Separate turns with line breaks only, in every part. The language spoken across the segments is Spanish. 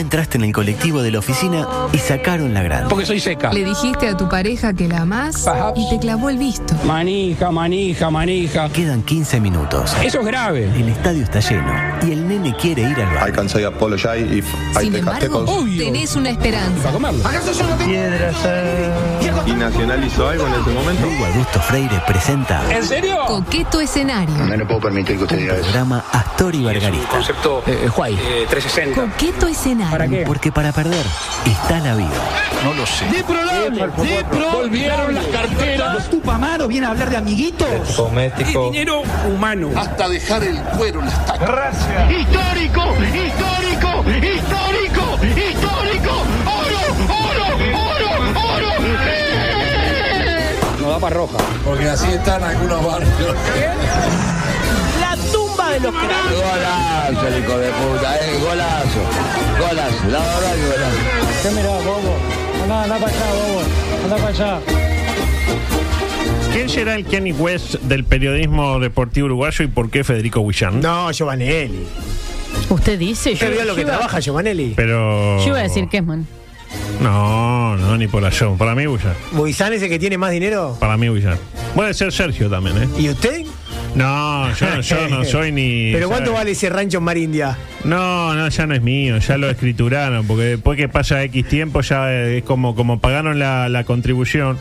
entraste en el colectivo de la oficina y sacaron la grande.
Porque soy seca.
Le dijiste a tu pareja que la amás
Perhaps.
y te clavó el visto.
Manija, manija, manija.
Quedan 15 minutos.
Eso es grave.
El estadio está lleno y el nene quiere ir al
I
bar.
can say apologize if I
Sin
take
embargo, oh,
a
obvio.
tenés una esperanza.
Para comerlo.
tackle. ¿Y Nacional hizo algo en ese momento?
Luego Augusto Freire presenta
¿En serio?
Coqueto escenario.
No le puedo permitir que usted diga eso.
programa Astor y Bargarista.
Concepto
Eh, Juay.
eh, 360.
Coqueto
¿Para
escenario.
qué?
Porque para perder está la vida.
Volvieron las carteras. ¿Los Tupamaros vienen a hablar de amiguitos? Cosmético. dinero humano.
hasta dejar el cuero en las tacas.
histórico, histórico, histórico, histórico, oro, oro, oro, oro.
Nos da para roja.
Porque así están algunos barrios. La tumba de los Golazo, hijo de puta, eh, golazo. Golazo, la verdad que golazo.
¿Qué mirás, bobo? Andá, andá para allá, bobo. Andá para allá.
¿Quién será el Kenny West del periodismo deportivo uruguayo y por qué Federico Guillán?
No, Giovanelli.
Usted dice, yo,
Usted vio lo que
yo iba-
trabaja Giovanelli.
Pero.
yo iba a decir Kesman.
No, no, ni por allá. Para mí, Guillán.
Moisán es el que tiene más dinero.
Para mí, Guillán. Puede ser Sergio también, ¿eh?
¿Y usted?
No, yo, yo no soy ni.
¿Pero cuánto
¿sabe?
vale ese rancho en Mar India?
Este- No, no, ya no es mío, ya lo escrituraron, porque después que pasa X tiempo ya eh, es como, como pagaron la, la contribución,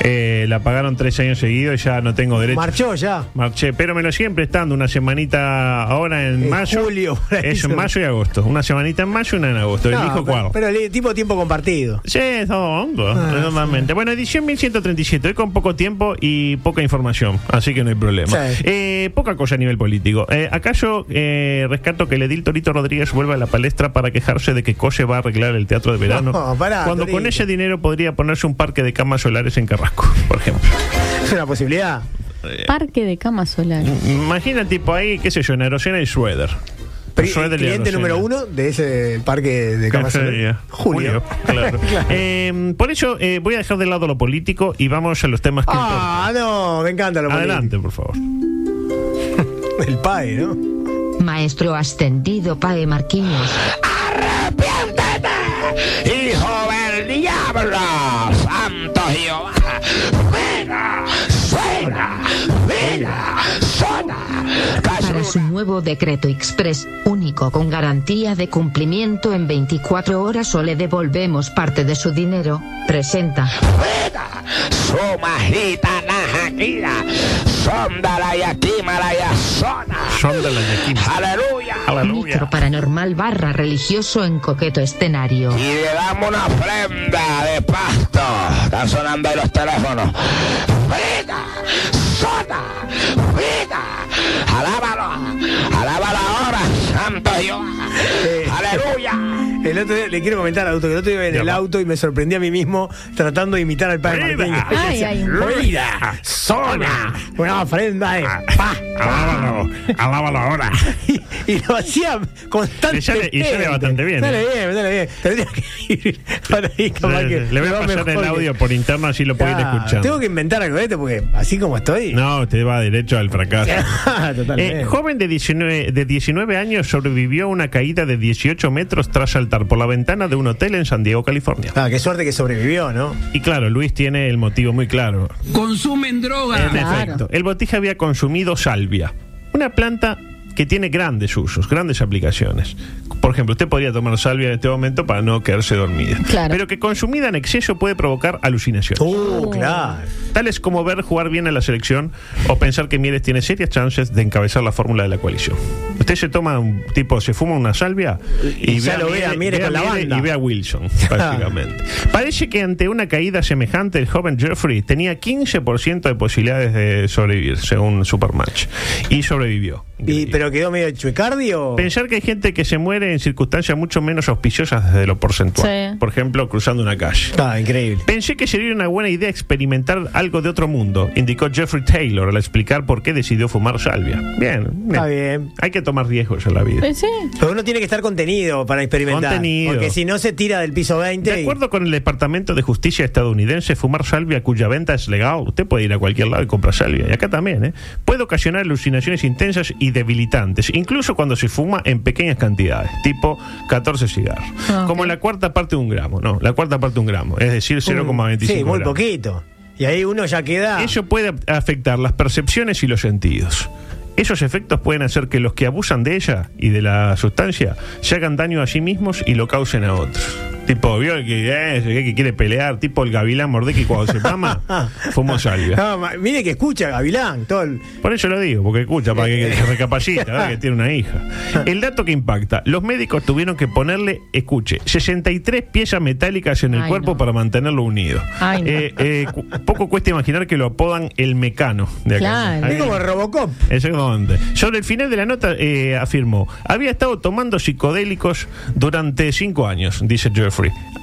eh, la pagaron tres años seguidos y ya no tengo derecho.
Marchó ya.
Marché, pero me lo siempre estando una semanita ahora en,
En
mayo.
julio, por ahí
es en
se-
mayo y agosto. Una semanita en mayo y una en agosto.
No,
Elijo
pero-
cuál.
Pero Ah, el tipo tiempo compartido.
Sí, es hongo, normalmente. Bueno, edición 1137, hoy con poco tiempo y poca información, así que no hay problema.
Sí.
Eh, poca cosa a nivel político. Eh, acá yo eh, rescato que el edil Torito Rodríguez vuelva a la palestra para quejarse de que Cose va a arreglar el teatro de verano.
No, pará,
cuando con
Torito.
ese dinero podría ponerse un parque de camas solares en Carrasco, por ejemplo.
Es una posibilidad.
Parque de cama solar.
Imagina tipo ahí, qué sé yo, en Aerosena y Schroeder.
Pri-
Schroeder y
cliente
Aerosena.
número uno de ese parque de camas.
Cacería.
Julio.
claro. Eh, por eso eh, voy a dejar de lado lo político y vamos a los temas que importan.
Ah, no, me encanta lo
Adelante, por favor.
político. El PAE, ¿no?
Maestro ascendido Pae Marquinhos.
¡Hijo del diablo! ¡Santo Jehová! ¡Fuera! ¡Fuera! ¡Fuera! ¡Zona!
Para su nuevo decreto express, único con garantía de cumplimiento en 24 horas o le devolvemos parte de su dinero, presenta.
¡Fuera! ¡Suma gitana jaquira! ¡Sonda y aquímala y zona!
Son de la Yaquina.
¡Aleluya!
Micro paranormal barra religioso en coqueto escenario.
Y le damos una ofrenda de pasto. Están sonando ahí los teléfonos. ¡Fuera! ¡Zona! ¡Fuera! ¡Alábalo! ¡Alábalo ahora! ¡Santo Jehová!
Eh.
¡Aleluya!
El otro día, le quiero comentar al auto que el otro día iba en el
Llama.
auto y me sorprendí a mí mismo tratando de imitar al padre
Viva.
Martín.
Ay, ay.
Ruida, zona.
Una ofrenda de
Ah. Alábalo, alábalo ahora.
y, y lo hacía
Le sale-
constantemente.
y sale bastante bien, eh.
Sale bien, sale bien. Tendría que ir para ahí, capaz que.
Le
me
voy a
va
pasar
mejor
el
que-
audio por interno, así lo pueden
Claro,
escuchar.
Tengo que inventar algo de esto porque así como estoy. Ah,
No, usted va derecho al fracaso.
Totalmente.
Eh, joven de 19, de 19 años sobrevivió a una caída de 18 metros tras saltar por la ventana de un hotel en San Diego, California.
Ah, qué suerte que sobrevivió, ¿no?
Y claro, Luis tiene el motivo muy claro.
Consumen droga.
En efecto, el botija había consumido salvia, una planta que tiene grandes usos, grandes aplicaciones. Por ejemplo, usted podría tomar salvia en este momento para no quedarse dormida.
Claro.
Pero que consumida en exceso puede provocar alucinaciones.
Oh.
Uh, claro.
Tales como ver jugar bien a la selección o pensar que Mieres tiene serias chances de encabezar la fórmula de la coalición. Usted se toma un tipo, se fuma una salvia y,
Y ya lo ve a Mieres con la banda.
y ve a Wilson, prácticamente. Parece que ante una caída semejante, el joven Jeffrey tenía 15% de posibilidades de sobrevivir, según Supermatch. Y sobrevivió.
Y, ¿Pero quedó medio chuecardi o.?
Pensar que hay gente que se muere en circunstancias mucho menos auspiciosas desde lo porcentual.
Sí.
Por ejemplo, cruzando una calle.
Ah, increíble.
Pensé que sería una buena idea experimentar algo de otro mundo, indicó Jeffrey Taylor al explicar por qué decidió fumar salvia. Bien, bien.
Está bien.
Hay que tomar riesgos en la vida.
Pues sí.
Pero uno tiene que estar contenido para experimentar.
Contenido.
Porque si no se tira del piso 20.
De
y-
acuerdo con el Departamento de Justicia estadounidense, fumar salvia cuya venta es legal, usted puede ir a cualquier lado y comprar salvia, y acá también, ¿eh? puede ocasionar alucinaciones intensas y debilitar constantes, incluso cuando se fuma en pequeñas cantidades, tipo 14 cigarros.
Ah, ok.
Como la cuarta parte de un gramo, no, la cuarta parte de un gramo, es decir, 0,25
Sí, muy
gramos.
poquito. Y ahí uno ya queda.
Ello puede afectar las percepciones y los sentidos. Esos efectos pueden hacer que los que abusan de ella y de la sustancia se hagan daño a sí mismos y lo causen a otros. Tipo, vio el que, eh, el que quiere pelear, tipo el gavilán mordequi cuando se mama, fumo salvia.
No, ma- mire que escucha Gavilán, todo el-
Por eso lo digo, porque escucha, para que, que recapacita, ¿verdad? que tiene una hija. El dato que impacta, los médicos tuvieron que ponerle, escuche, 63 piezas metálicas en el
Ay,
cuerpo
no.
para mantenerlo unido.
Ay, no.
Eh, eh, cu- poco cuesta imaginar que lo apodan el mecano de acá.
Claro.
Ahí-
Es como Robocop.
Exactamente. Sobre el final de la nota eh, afirmó, había estado tomando psicodélicos durante cinco años, dice Jeffrey.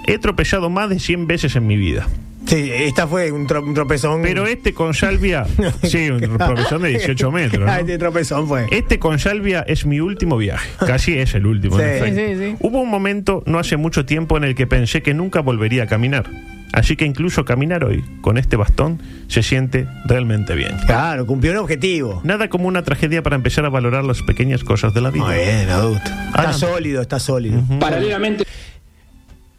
He tropezado más de 100 veces en mi vida.
Sí, esta fue un, tro- un tropezón.
Pero este con salvia, sí, un tropezón de 18 metros. ¿no?
Ah, este tropezón fue.
Este con Salvia es mi último viaje. Casi es el último. en
Sí.
efecto.
Sí, sí, sí.
Hubo un momento no hace mucho tiempo en el que pensé que nunca volvería a caminar. Así que incluso caminar hoy con este bastón se siente realmente bien.
Claro, cumplió un objetivo.
Nada como una tragedia para empezar a valorar las pequeñas cosas de la vida.
Muy bien, adulto. Está
Ah.
sólido, está sólido.
Paralelamente.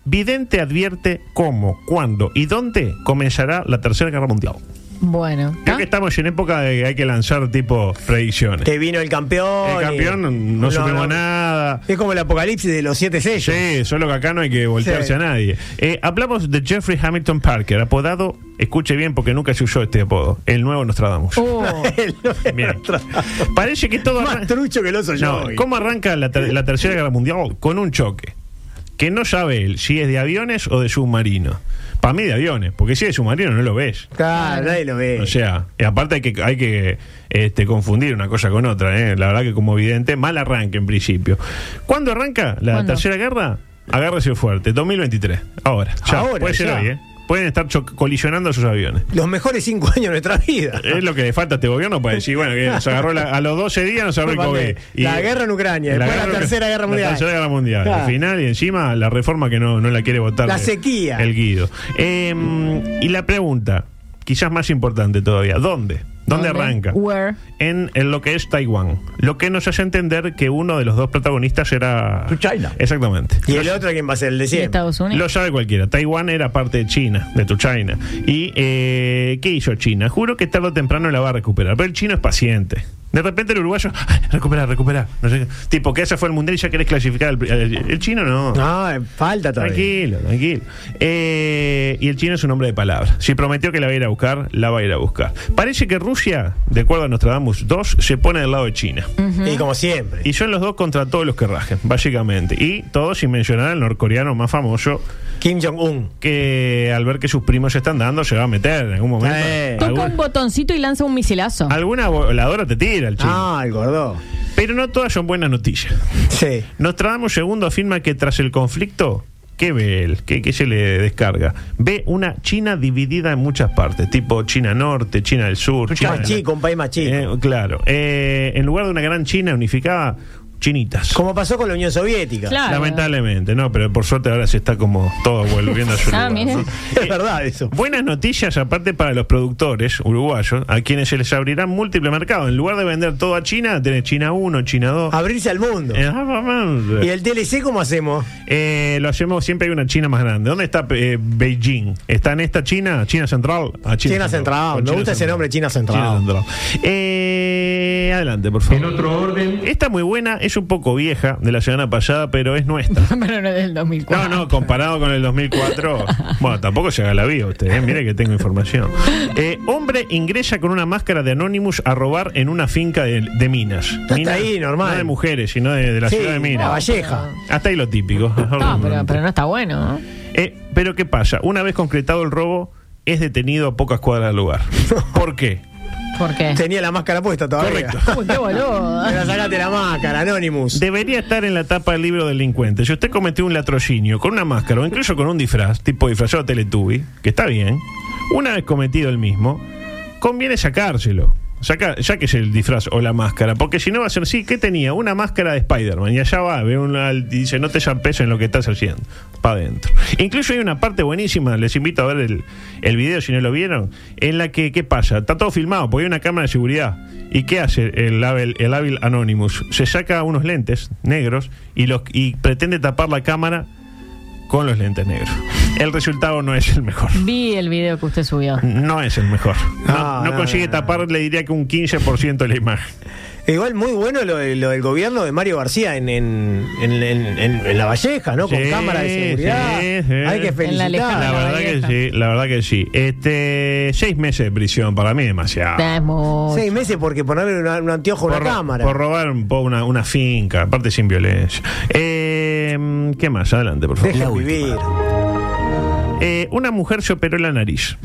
Vidente advierte cómo, cuándo y dónde comenzará la Tercera Guerra Mundial.
Bueno.
¿Ah?
Creo que estamos en época de que hay que lanzar tipo predicciones.
Que vino el campeón.
El
y-
campeón no, supimos nada.
Es como el apocalipsis de los siete sellos.
Sí, Eh, solo que acá no hay que voltearse
Sí.
a nadie. Eh, hablamos de Jeffrey Hamilton Parker, apodado, escuche bien porque nunca se usó este apodo, el nuevo Nostradamus.
Oh,
El-
Bien. Parece que todo
Más
arran-
trucho que el oso
No,
Yogi.
¿Cómo arranca la, ter- la Tercera Guerra Mundial? Oh, Con un choque. Que no sabe él si es de aviones o de submarino. Para mí de aviones, porque si es de submarino no lo ves.
Claro, nadie lo ve.
O sea, y aparte hay que, hay que este, confundir una cosa con otra, ¿eh? La verdad que como evidente, mal arranque en principio. ¿Cuándo arranca la
¿Cuándo?
Tercera Guerra? Agárrese fuerte, 2023. Ahora, ya,
Ahora,
puede ser
ya.
hoy, ¿eh? Pueden estar cho- colisionando sus aviones.
Los mejores cinco años de nuestra vida.
Es lo que le falta a este gobierno para decir, bueno, que nos agarró la- a los 12 días, nos agarró el COVID.
La guerra en Ucrania, después la
guerra-
Tercera Guerra Mundial.
La Tercera Guerra Mundial,
Claro.
al final y encima la reforma que no, no la quiere votar.
La
el-
sequía.
El Guido. Eh, y la pregunta, quizás más importante todavía, ¿dónde? ¿Dónde, arranca?
Where?
En, en lo que es Taiwán. Lo que nos hace entender que uno de los dos protagonistas era.
China.
Exactamente.
Y el otro, ¿quién va a ser? El de
de
siempre.
Estados
Lo
Unidos.
sabe cualquiera. Taiwán era parte de China, de tu China. ¿Y eh, qué hizo China? Juro que tarde o temprano la va a recuperar. Pero el chino es paciente. De repente el uruguayo, "Ay, recuperar, recuperar. No sé qué. tipo, que ese fue el mundial y ya querés clasificar. al pri- El, el chino no.
No, eh, falta todavía.
Tranquilo, tranquilo. Eh, y el chino es un hombre de palabra. Si prometió que la va a ir a buscar, la va a ir a buscar. Parece que Rusia, de acuerdo a Nostradamus 2, se pone del lado de China.
Y como siempre.
Y son los dos contra todos los que rajen, básicamente. Y todos sin mencionar al norcoreano más famoso,
Kim Jong-un.
que al ver que sus primos se están dando, se va a meter en algún momento.
Eh.
Toca
Alguna-
un botoncito y lanza un misilazo.
Alguna voladora te tira el chino.
Ah, el gordo.
Pero no todas son buenas noticias.
Sí.
Nostradamus segundo afirma que tras el conflicto, ¿qué ve él? ¿Qué, qué se le descarga? Ve una China dividida en muchas partes, tipo China Norte, China del Sur. China
Más
del-
chico, un país más chico.
Eh, claro. Eh, en lugar de una gran China unificada, chinitas.
Como pasó con la Unión Soviética.
Claro.
Lamentablemente, no, pero por suerte ahora se está como todo volviendo a su
Ah,
lugar,
mire.
¿no? Eh,
Es verdad eso.
Buenas noticias aparte para los productores uruguayos, a quienes se les abrirán múltiples mercados. En lugar de vender todo a China, tenés China 1, China 2.
Abrirse al mundo.
Eh, ah, mamá.
¿Y el TLC cómo hacemos?
Eh, lo hacemos siempre hay una China más grande. ¿Dónde está eh, Beijing? ¿Está en esta China? ¿China Central? Ah,
China Central.
Con
Me gusta ese nombre, China Central.
Central. Eh, adelante, por favor. En otro orden. Esta muy buena, es un poco vieja de la semana pasada, pero es nuestra.
Pero no es del 2004.
No, no, comparado con el 2004. bueno, tampoco se haga la vida usted, ¿eh? mire que tengo información. Eh, hombre ingresa con una máscara de Anonymous a robar en una finca de, de minas. Minas,
ahí, normal.
No de mujeres, sino de, de la
sí,
ciudad de
la
Minas.
Valleja.
Hasta ahí lo típico.
No, pero, pero no está bueno. ¿no?
Eh, pero ¿qué pasa? Una vez concretado el robo, es detenido a pocas cuadras del lugar. ¿Por qué?
¿Por qué?
Tenía la máscara puesta todavía.
Correcto.
Uy, qué boludo.
Pero sacate la máscara, Anonymous.
Debería estar en la tapa del libro delincuente. Si usted cometió un latrocinio con una máscara o incluso con un disfraz, tipo disfrazado de Teletubby, que está bien, una vez cometido el mismo, conviene sacárselo. Saca, ya que es el disfraz o la máscara, porque si no va a ser, sí, ¿qué tenía? Una máscara de Spider-Man y allá va, ve una y dice, no te champes en lo que estás haciendo, para adentro. Incluso hay una parte buenísima, les invito a ver el, el video si no lo vieron, en la que, ¿qué pasa? Está todo filmado, porque hay una cámara de seguridad. ¿Y qué hace el hábil, el hábil Anonymous? Se saca unos lentes negros y, los, y pretende tapar la cámara con los lentes negros. El resultado no es el mejor.
Vi el video que usted subió.
No es el mejor.
No,
No, no
Ah, no,
consigue
no, no.
tapar, le diría que un 15% de la imagen.
Igual muy bueno lo, de- lo del gobierno de Mario García en, en, en, en- en- en La Valleja, ¿no? Con
Sí,
cámara de seguridad.
sí, sí.
Hay que
En la
felicitar.
lejana
La verdad que
Valleja.
sí, la verdad que sí. Este, seis meses de prisión para mí es demasiado.
Ah, es mucho.
Seis meses porque ponerle una- un anteojo a una
ro-
cámara.
por robar un po- una, una finca, aparte sin violencia. Eh, ¿Qué más? Adelante, por favor.
Dejen
La última.
vivir.
Eh, una mujer se operó la nariz.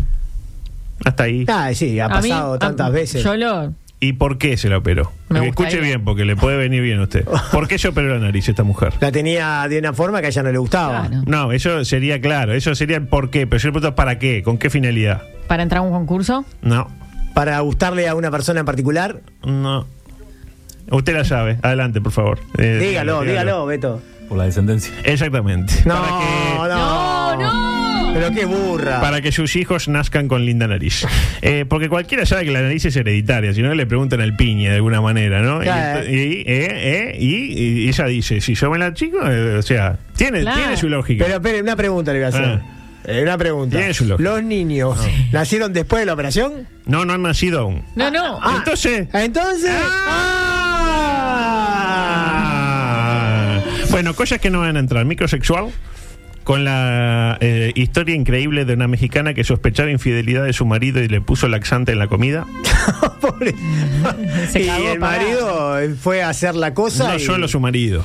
Hasta ahí.
Ah, sí, ha
A mí-
pasado
a-
tantas veces.
Yo lo.
¿Y por qué se la operó?
Me
Que
gustaría.
escuche bien, porque le puede venir bien a usted. ¿Por qué se operó la nariz esta mujer?
La tenía de una forma que a ella no le gustaba.
Claro.
No, eso sería claro, eso sería el por qué, pero yo le pregunto para qué, con qué finalidad.
Para entrar a un concurso,
No,
Para gustarle a una persona en particular,
no. Usted la sabe, adelante, por favor. Eh,
dígalo, dígalo, Beto.
Por la descendencia.
Exactamente.
No,
Para que, Oh,
no. Pero qué burra.
para que sus hijos nazcan con linda nariz. Eh, porque cualquiera sabe que la nariz es hereditaria, si no le preguntan al piña de alguna manera, ¿no? Y
Claro.
ento- Y, eh, eh, y- y ella dice, si yo me la chico, eh, o sea, tiene,
Claro.
tiene su lógica.
Pero espere, una pregunta le voy a hacer.
Ah.
Eh, Una pregunta.
Tiene su lógica. Ah.
¿Los niños nacieron después de la operación?
no, no han nacido aún.
No, no.
Ah.
Entonces...
Entonces. Ah.
Ah. Bueno, cosas que no van a entrar. Microsexual. Con la eh, historia increíble de una mexicana que sospechaba infidelidad de su marido y le puso laxante en la comida.
Pobre.
Se
y
cagó
el
parado.
marido fue a hacer la cosa.
No
y-
solo su marido.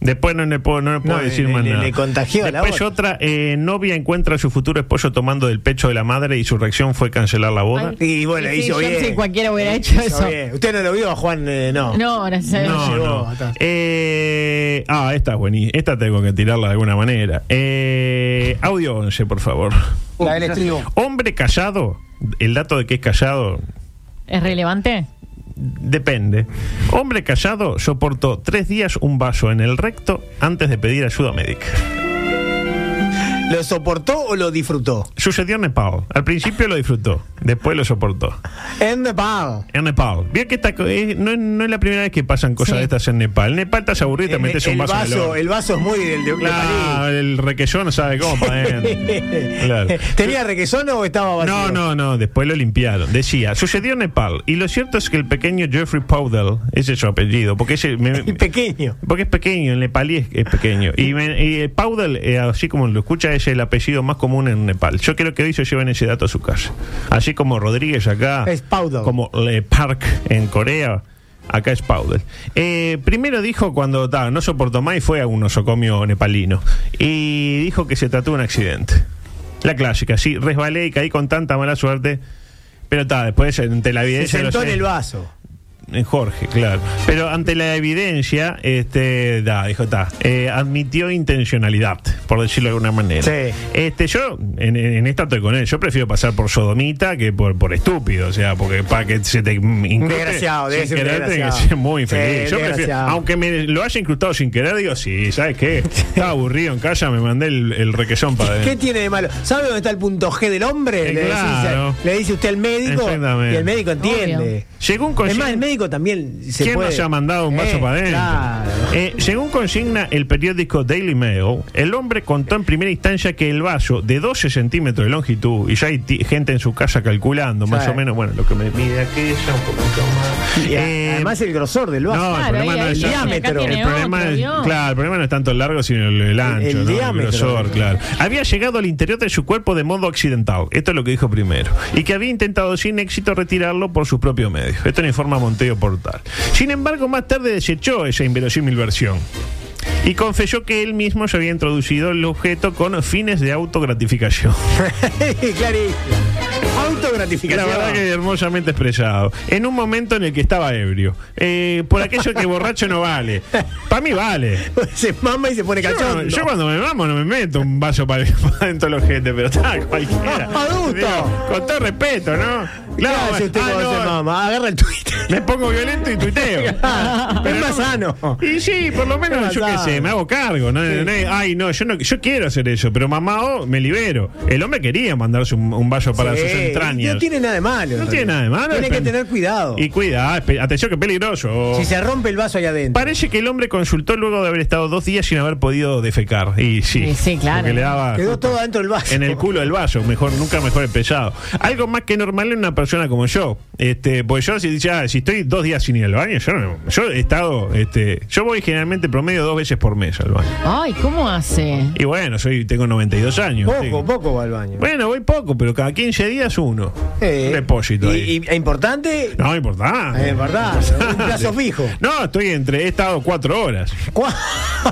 Después no le puedo, no le puedo
No,
decir
le-
más
le-
nada.
le contagió a la
Después otra, eh, novia encuentra a su futuro esposo tomando del pecho de la madre y su reacción fue cancelar la boda.
Ay,
Y bueno,
sí,
hizo
yo
bien.
si cualquiera hubiera hecho
Hizo
eso.
bien. Usted no lo vio a Juan, eh, no.
No, gracias a Dios.
No,
llegó
no.
hasta-
Eh, ah, esta es buenísima. Esta tengo que tirarla de alguna manera. Eh, audio 11, por favor.
La del estribo.
Hombre callado, el dato de que es callado
¿Es relevante?
depende. Hombre callado soportó tres días un vaso en el recto antes de pedir ayuda médica.
¿Lo soportó o lo disfrutó?
Sucedió en Nepal. Al principio lo disfrutó, después lo soportó.
En Nepal.
En Nepal. Vio que esta co- eh, no, no es la primera vez que pasan cosas
Sí.
de estas en Nepal. En Nepal estás aburrido y te
El,
metes un
el
vaso, en el
vaso,
horno.
el vaso es muy del de, de
Claro, el requesón sabe cómo. pa'
París.
dentro. Claro.
¿Tenía requesón o estaba vacío?
No, no, no, después lo limpiaron. Decía, sucedió en Nepal. Y lo cierto es que el pequeño Jeffrey Powdell, ese es su apellido, porque, ese, me-
Y pequeño.
porque es pequeño, en nepalí es, es pequeño. Y, me- y, eh, Powdell, eh, así como lo escucha, es el apellido más común en Nepal. Yo creo que hoy se llevan ese dato a su casa. Así como Rodríguez acá,
Es Powdell.
como Le Park en Corea. Acá es Powdell. Eh, primero dijo cuando ta, no soportó más y fue a un osocomio nepalino. Y dijo que se trató de un accidente. La clásica, sí, resbalé y caí con tanta mala suerte. Pero está, después ante la
Se
evidencia. lo
sentó en
sé.
el vaso.
En Jorge, claro. Pero ante la evidencia, este, da, dijo, está, admitió intencionalidad, por decirlo de alguna manera.
Sí.
Este, yo, en, en- en esta estoy con él, yo prefiero pasar por sodomita que por, por estúpido, o sea, porque para que se te mm, incruste
Desgraciado, debe
sin
ser un
querer, tiene que
desgraciado.
ser muy infeliz.
Sí,
yo prefiero,
desgraciado.
aunque me lo haya incrustado sin querer, digo, sí, ¿sabes qué? Estaba aburrido en casa, me mandé el, el requesón para
¿Qué tiene de malo? ¿Sabe dónde está el punto G del hombre?
Eh,
le,
claro.
dice, le dice usted al médico
Exactamente.
y el médico entiende.
Llegó un
Es
consi-
más, el médico también se
¿Quién
puede.
nos ha mandado un vaso
Eh,
para adentro?
claro.
Eh, según consigna el periódico Daily Mail, el hombre contó en primera instancia que el vaso de 12 centímetros de longitud, y ya hay ti- gente en su casa calculando, más
Sí.
o menos, bueno, lo que me mide aquella, un poquito más.
Y a-
Eh,
además el grosor del vaso.
no, el
Claro,
problema
ahí-
no
ahí
es
dice,
acá
diámetro.
tiene
El problema
otro,
es-
¿vio?
claro, el problema no es tanto el largo, sino el, el ancho,
el
¿no?
diámetro.
grosor, claro. Había llegado al interior de su cuerpo de modo accidental. Esto es lo que dijo primero. Y que había intentado sin éxito retirarlo por sus propios medios. Esto lo informa Monteo Portal. Sin embargo, más tarde desechó esa inverosímil versión. Y confesó que él mismo se había introducido el objeto con fines de autogratificación.
Clarísimo.
La
gratificación.
verdad que hermosamente expresado. En un momento en el que estaba ebrio. Eh, por aquello que borracho no vale. Para mí vale.
Pues se mama y se pone
Yo,
cachondo.
Ah, yo cuando me mamo no me meto un vaso para dentro de los gente, pero está cualquiera.
Adulto.
con todo respeto, ¿no?
¿Qué hace usted
ah,
cuando
no,
se mama? Agarra el Twitter.
me pongo violento y tuiteo.
es más sano.
Y sí, por lo menos
Es
yo qué
verdad.
sé, me hago cargo. ¿no? No es, ay, no, yo no, yo quiero hacer eso, pero mamado me libero. El hombre quería mandarse un, un vaso para sus
Sí,
entrañas.
No tiene nada de malo.
No tiene nada de malo.
Tiene que
Depende.
tener cuidado.
Y cuida, espe- atención que es peligroso.
Si se rompe el vaso allá adentro.
Parece que el hombre consultó luego de haber estado dos días sin haber podido defecar. Y sí,
Y sí, claro.
porque le daba
Quedó todo adentro del vaso.
en el culo del vaso, mejor, nunca mejor empezado. Algo más que normal en una persona como yo. Este, pues yo si dice, ah, si estoy dos días sin ir al baño, yo no- yo he estado, este, yo voy generalmente promedio dos veces por mes al baño.
Ay, ¿cómo hace?
Y bueno, soy, tengo 92 años.
Poco,
sí.
poco va al baño.
Bueno, voy poco, pero cada 15 días uno.
Eh,
Un depósito
y,
ahí.
y- e importante,
no, importante.
Es verdad,
Importante.
un plazo fijo.
No, estoy entre, he estado cuatro horas.
cua-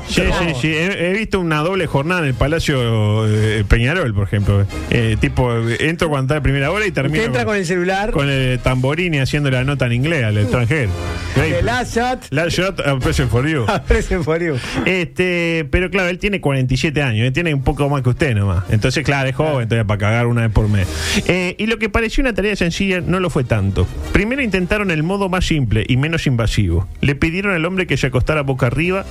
Sí, sí, sí. He, he visto una doble jornada en el Palacio eh, Peñarol, por ejemplo. Eh, tipo, eh, entro cuando está la primera hora y termino.
Usted entra con el celular,
Con el tamborín y haciendo la nota en inglés al extranjero. Great.
el last shot,
Last shot, I'm pressing for you.
aparece por you.
Este, pero claro, él tiene 47 años, él tiene un poco más que usted nomás. Entonces, claro, es joven, todavía para cagar una vez por mes. Eh, y lo que pareció una tarea sencilla no lo fue tanto. Primero intentaron el modo más simple y menos invasivo. Le pidieron al hombre que se acostara boca arriba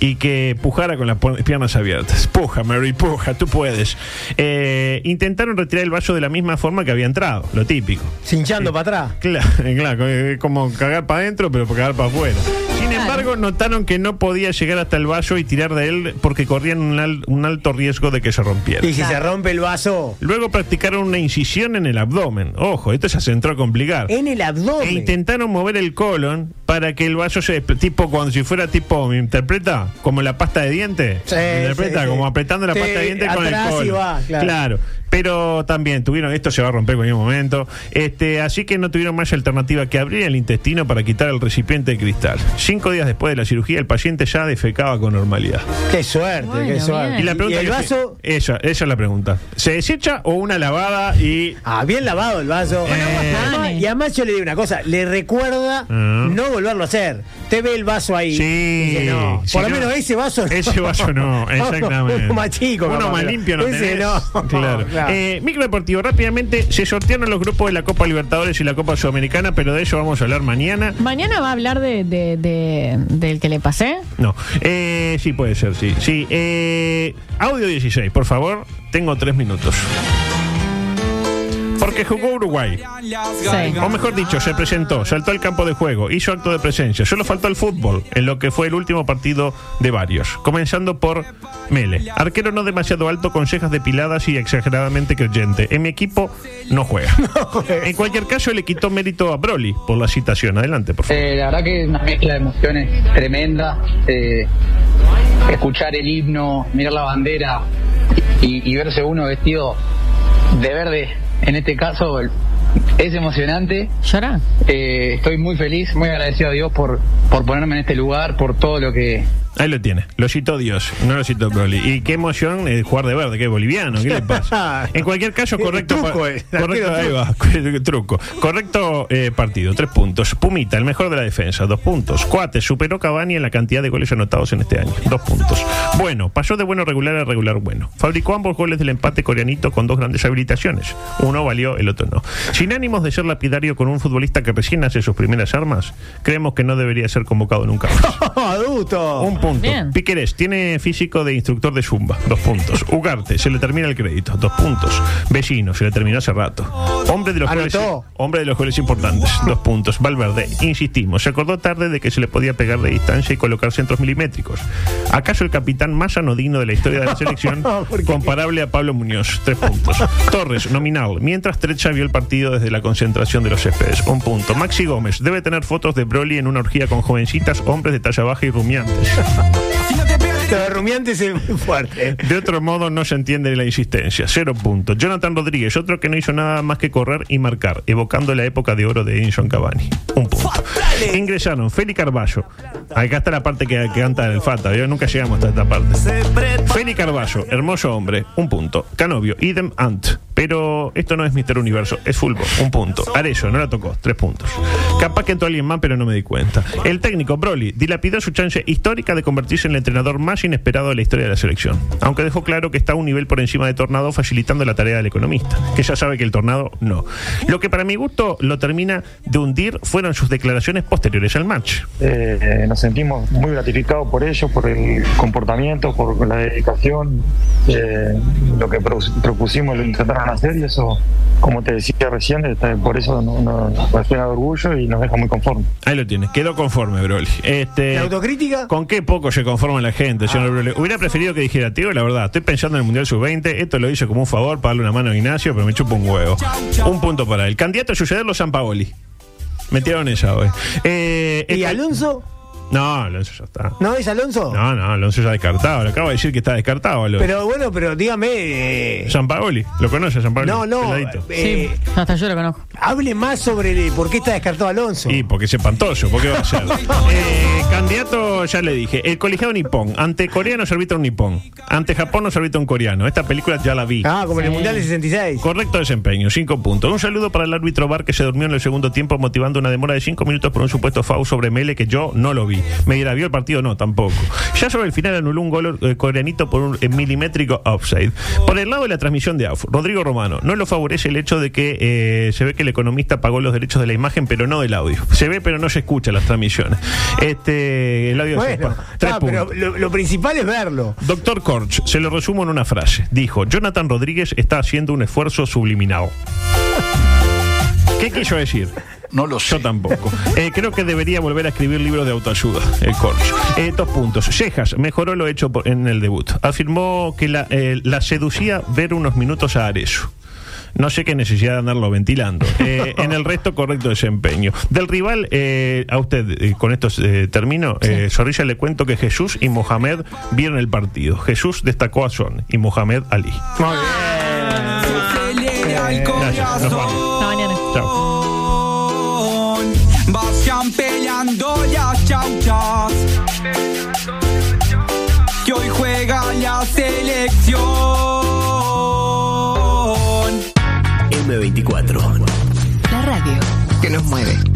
y que pujara con las pu- piernas abiertas. Puja, Mary, puja, tú puedes. Eh, intentaron retirar el vaso de la misma forma que había entrado, lo típico.
Cinchando para atrás.
Claro, claro, es como cagar para adentro, pero cagar para afuera. Sin embargo, notaron que no podía llegar hasta el vaso y tirar de él porque corrían un, al- un alto riesgo de que se rompiera.
Y si se rompe el vaso
Luego practicaron una incisión en el abdomen. Ojo, esto ya se entró a complicar.
en el
E
abdomen.
intentaron mover el colon para que el vaso se despl- tipo cuando si fuera tipo, ¿me interpreta? Como la pasta de dientes.
Sí,
¿Me interpreta?
sí, sí.
como apretando la
Sí,
pasta de dientes con el
atrás y
colon.
va, claro.
Pero también tuvieron, esto se va a romper en cualquier momento. Este, así que no tuvieron más alternativa que abrir el intestino para quitar el recipiente de cristal. Cinco días después de la cirugía, el paciente ya defecaba con normalidad.
Qué suerte,
Bueno,
qué suerte.
bien.
Y la pregunta
el
que-
vaso,
esa, esa es la pregunta. ¿Se desecha o una lavada y
ah, bien lavado el vaso.
Eh.
Además- y además yo le digo una cosa, le recuerda
Ah.
no volverlo a hacer. Te ve el vaso ahí. y
Sí.
dice, no.
Sí,
Por lo
no.
menos ese vaso no.
Ese vaso no, exactamente.
Uno más chico,
Uno
capaz,
más
pero
limpio no
ese
tenés.
no.
Claro.
Claro.
Eh, micro Deportivo, rápidamente se sortearon los grupos de la Copa Libertadores y la Copa Sudamericana, pero de eso vamos a hablar mañana.
¿Mañana va a hablar de, de- de- del que le pasé?
No. Eh, sí, puede ser, sí. sí. Eh, audio 16, por favor. Tengo tres minutos. Porque jugó Uruguay.
Sí.
O mejor dicho, se presentó, saltó al campo de juego, hizo acto de presencia. Solo faltó el fútbol, en lo que fue el último partido de varios. Comenzando por Mele, arquero no demasiado alto, con cejas depiladas y exageradamente creyente. En mi equipo no juega. En cualquier caso, le quitó mérito a Broly por la citación. Adelante, por favor.
la verdad que es una mezcla de emociones tremenda. eh, escuchar el himno, mirar la bandera y, y verse uno vestido de verde, en este caso, el- es emocionante.
¿Llora?
Eh, estoy muy feliz, muy agradecido a Dios por, por ponerme en este lugar, por todo lo que,
Ahí lo tiene. Lo citó Dios, no lo citó Broly. Y qué emoción eh, jugar de verde, que es boliviano, ¿qué le pasa? En cualquier caso,
Eh,
correcto.
truco,
pa-
eh.
correcto, ahí va, truco. Correcto eh, partido, tres puntos. Pumita, el mejor de la defensa, dos puntos. Cuate, superó Cavani en la cantidad de goles anotados en este año, dos puntos. Bueno, pasó de bueno regular a regular bueno. Fabricó ambos goles del empate coreanito con dos grandes habilitaciones. Uno valió, el otro no. Sin ánimos de ser lapidario con un futbolista que recién hace sus primeras armas, creemos que no debería ser convocado nunca más.
adulto.
Un punto.
Bien.
Piquerés tiene físico de instructor de zumba. Dos puntos. Ugarte, se le termina el crédito. Dos puntos. Vecino, se le terminó hace rato. Hombre de los goles,
Anotó.
hombre de los goles importantes. Dos puntos. Valverde, insistimos, se acordó tarde de que se le podía pegar de distancia y colocar centros milimétricos. ¿Acaso el capitán más anodino de la historia de la selección,
¿Por qué?
comparable a Pablo Muñoz? Tres puntos. Torres, nominal. Mientras Trecha vio el partido desde la concentración de los céspedes. Un punto. Maxi Gómez, debe tener fotos de Broly en una orgía con jovencitas, hombres de talla baja y rumiantes.
Lo de rumiantes es muy fuerte.
De otro modo no se entiende la insistencia. Cero puntos. Jonathan Rodríguez, otro que no hizo nada más que correr y marcar, evocando la época de oro de Edinson Cavani. Un punto. Ingresaron Félix Carballo. Acá está la parte que, que canta el Fata. ¿vio? Nunca llegamos hasta esta parte. Félix Carballo, hermoso hombre. Un punto. Canovio, idem ant. Pero esto no es Mister Universo, es fútbol, un punto. Arello, no la tocó, tres puntos. Capaz que entró alguien más, pero no me di cuenta. El técnico Broly dilapidó su chance histórica de convertirse en el entrenador más inesperado de la historia de la selección. Aunque dejó claro que está a un nivel por encima de Tornado, facilitando la tarea del economista, que ya sabe que el Tornado no. Lo que para mi gusto lo termina de hundir fueron sus declaraciones posteriores al match.
Eh, nos sentimos muy gratificados por ellos, por el comportamiento, por la dedicación, eh, lo que pro- propusimos lo intentaron hacer y eso, como te decía recién, está- por eso no- no- nos llena de orgullo y nos deja muy conformes.
Ahí lo tienes, quedó conforme, Broly. Este,
¿La autocrítica?
¿Con qué poco se conforma la gente,
Ah.
señor Brule? Hubiera preferido que dijera, tío, la verdad, estoy pensando en el Mundial Sub-20, esto lo hice como un favor para darle una mano a Ignacio, pero me chupa un huevo. Un punto para él. Candidato a sucederlo, San Paoli. Metieron esa, güey. Eh, el
¿Y
ca-
Alonso?
No, Alonso ya está.
¿No es Alonso?
No, no, Alonso ya descartado. Lo acabo de decir que está descartado, Alonso.
Pero bueno, pero dígame. eh,
San Paoli, ¿lo conoce San Paoli?
no, no.
Peladito.
eh,
sí, hasta yo lo conozco.
Hable más sobre el- por qué está descartado Alonso.
Y porque es espantoso, ¿por qué va a ser? Eh, candidato, ya le dije, el colegiado nipón. Ante Corea nos arbitra un nipón. Ante Japón nos arbitra un coreano. Esta película ya la vi.
Ah, como en el
Sí.
Mundial del 66.
Correcto desempeño, 5 puntos. Un saludo para el árbitro Bar que se durmió en el segundo tiempo motivando una demora de 5 minutos por un supuesto FAU sobre Mele que yo no lo vi. Me dirá, ¿vio el partido? No, tampoco. Ya sobre el final anuló un gol eh, coreanito por un eh, milimétrico offside. Por el lado de la transmisión de AUF, Rodrigo Romano, no lo favorece el hecho de que eh, se ve que el economista pagó los derechos de la imagen pero no del audio. Se ve pero no se escucha las transmisiones. Este, el audio de
Bueno,
Sopa. Tres
ah, pero
puntos.
lo, lo principal es verlo.
Doctor Korch, se lo resumo en una frase. Dijo, Jonathan Rodríguez está haciendo un esfuerzo subliminado. ¿Qué quiso decir? No lo sé. Yo tampoco. Eh, creo que debería volver a escribir libros de autoayuda, el Korch. Eh, dos puntos. Cejas, mejoró lo hecho por- en el debut. Afirmó que la, eh, la seducía ver unos minutos a Arezzo. No sé qué necesidad de andarlo ventilando. Eh, en el resto, correcto desempeño. Del rival, eh, a usted, eh, con esto eh, termino, eh, Zorrilla le cuento que Jesús y Mohamed vieron el partido. Jesús destacó a Son y Mohamed Ali.
Muy bien.
Gracias, nos vamos.
Hasta mañana.
Chao.
Vayan peleando las chauchas. Que hoy juega la selección.
M24.
La radio.
Que nos mueve.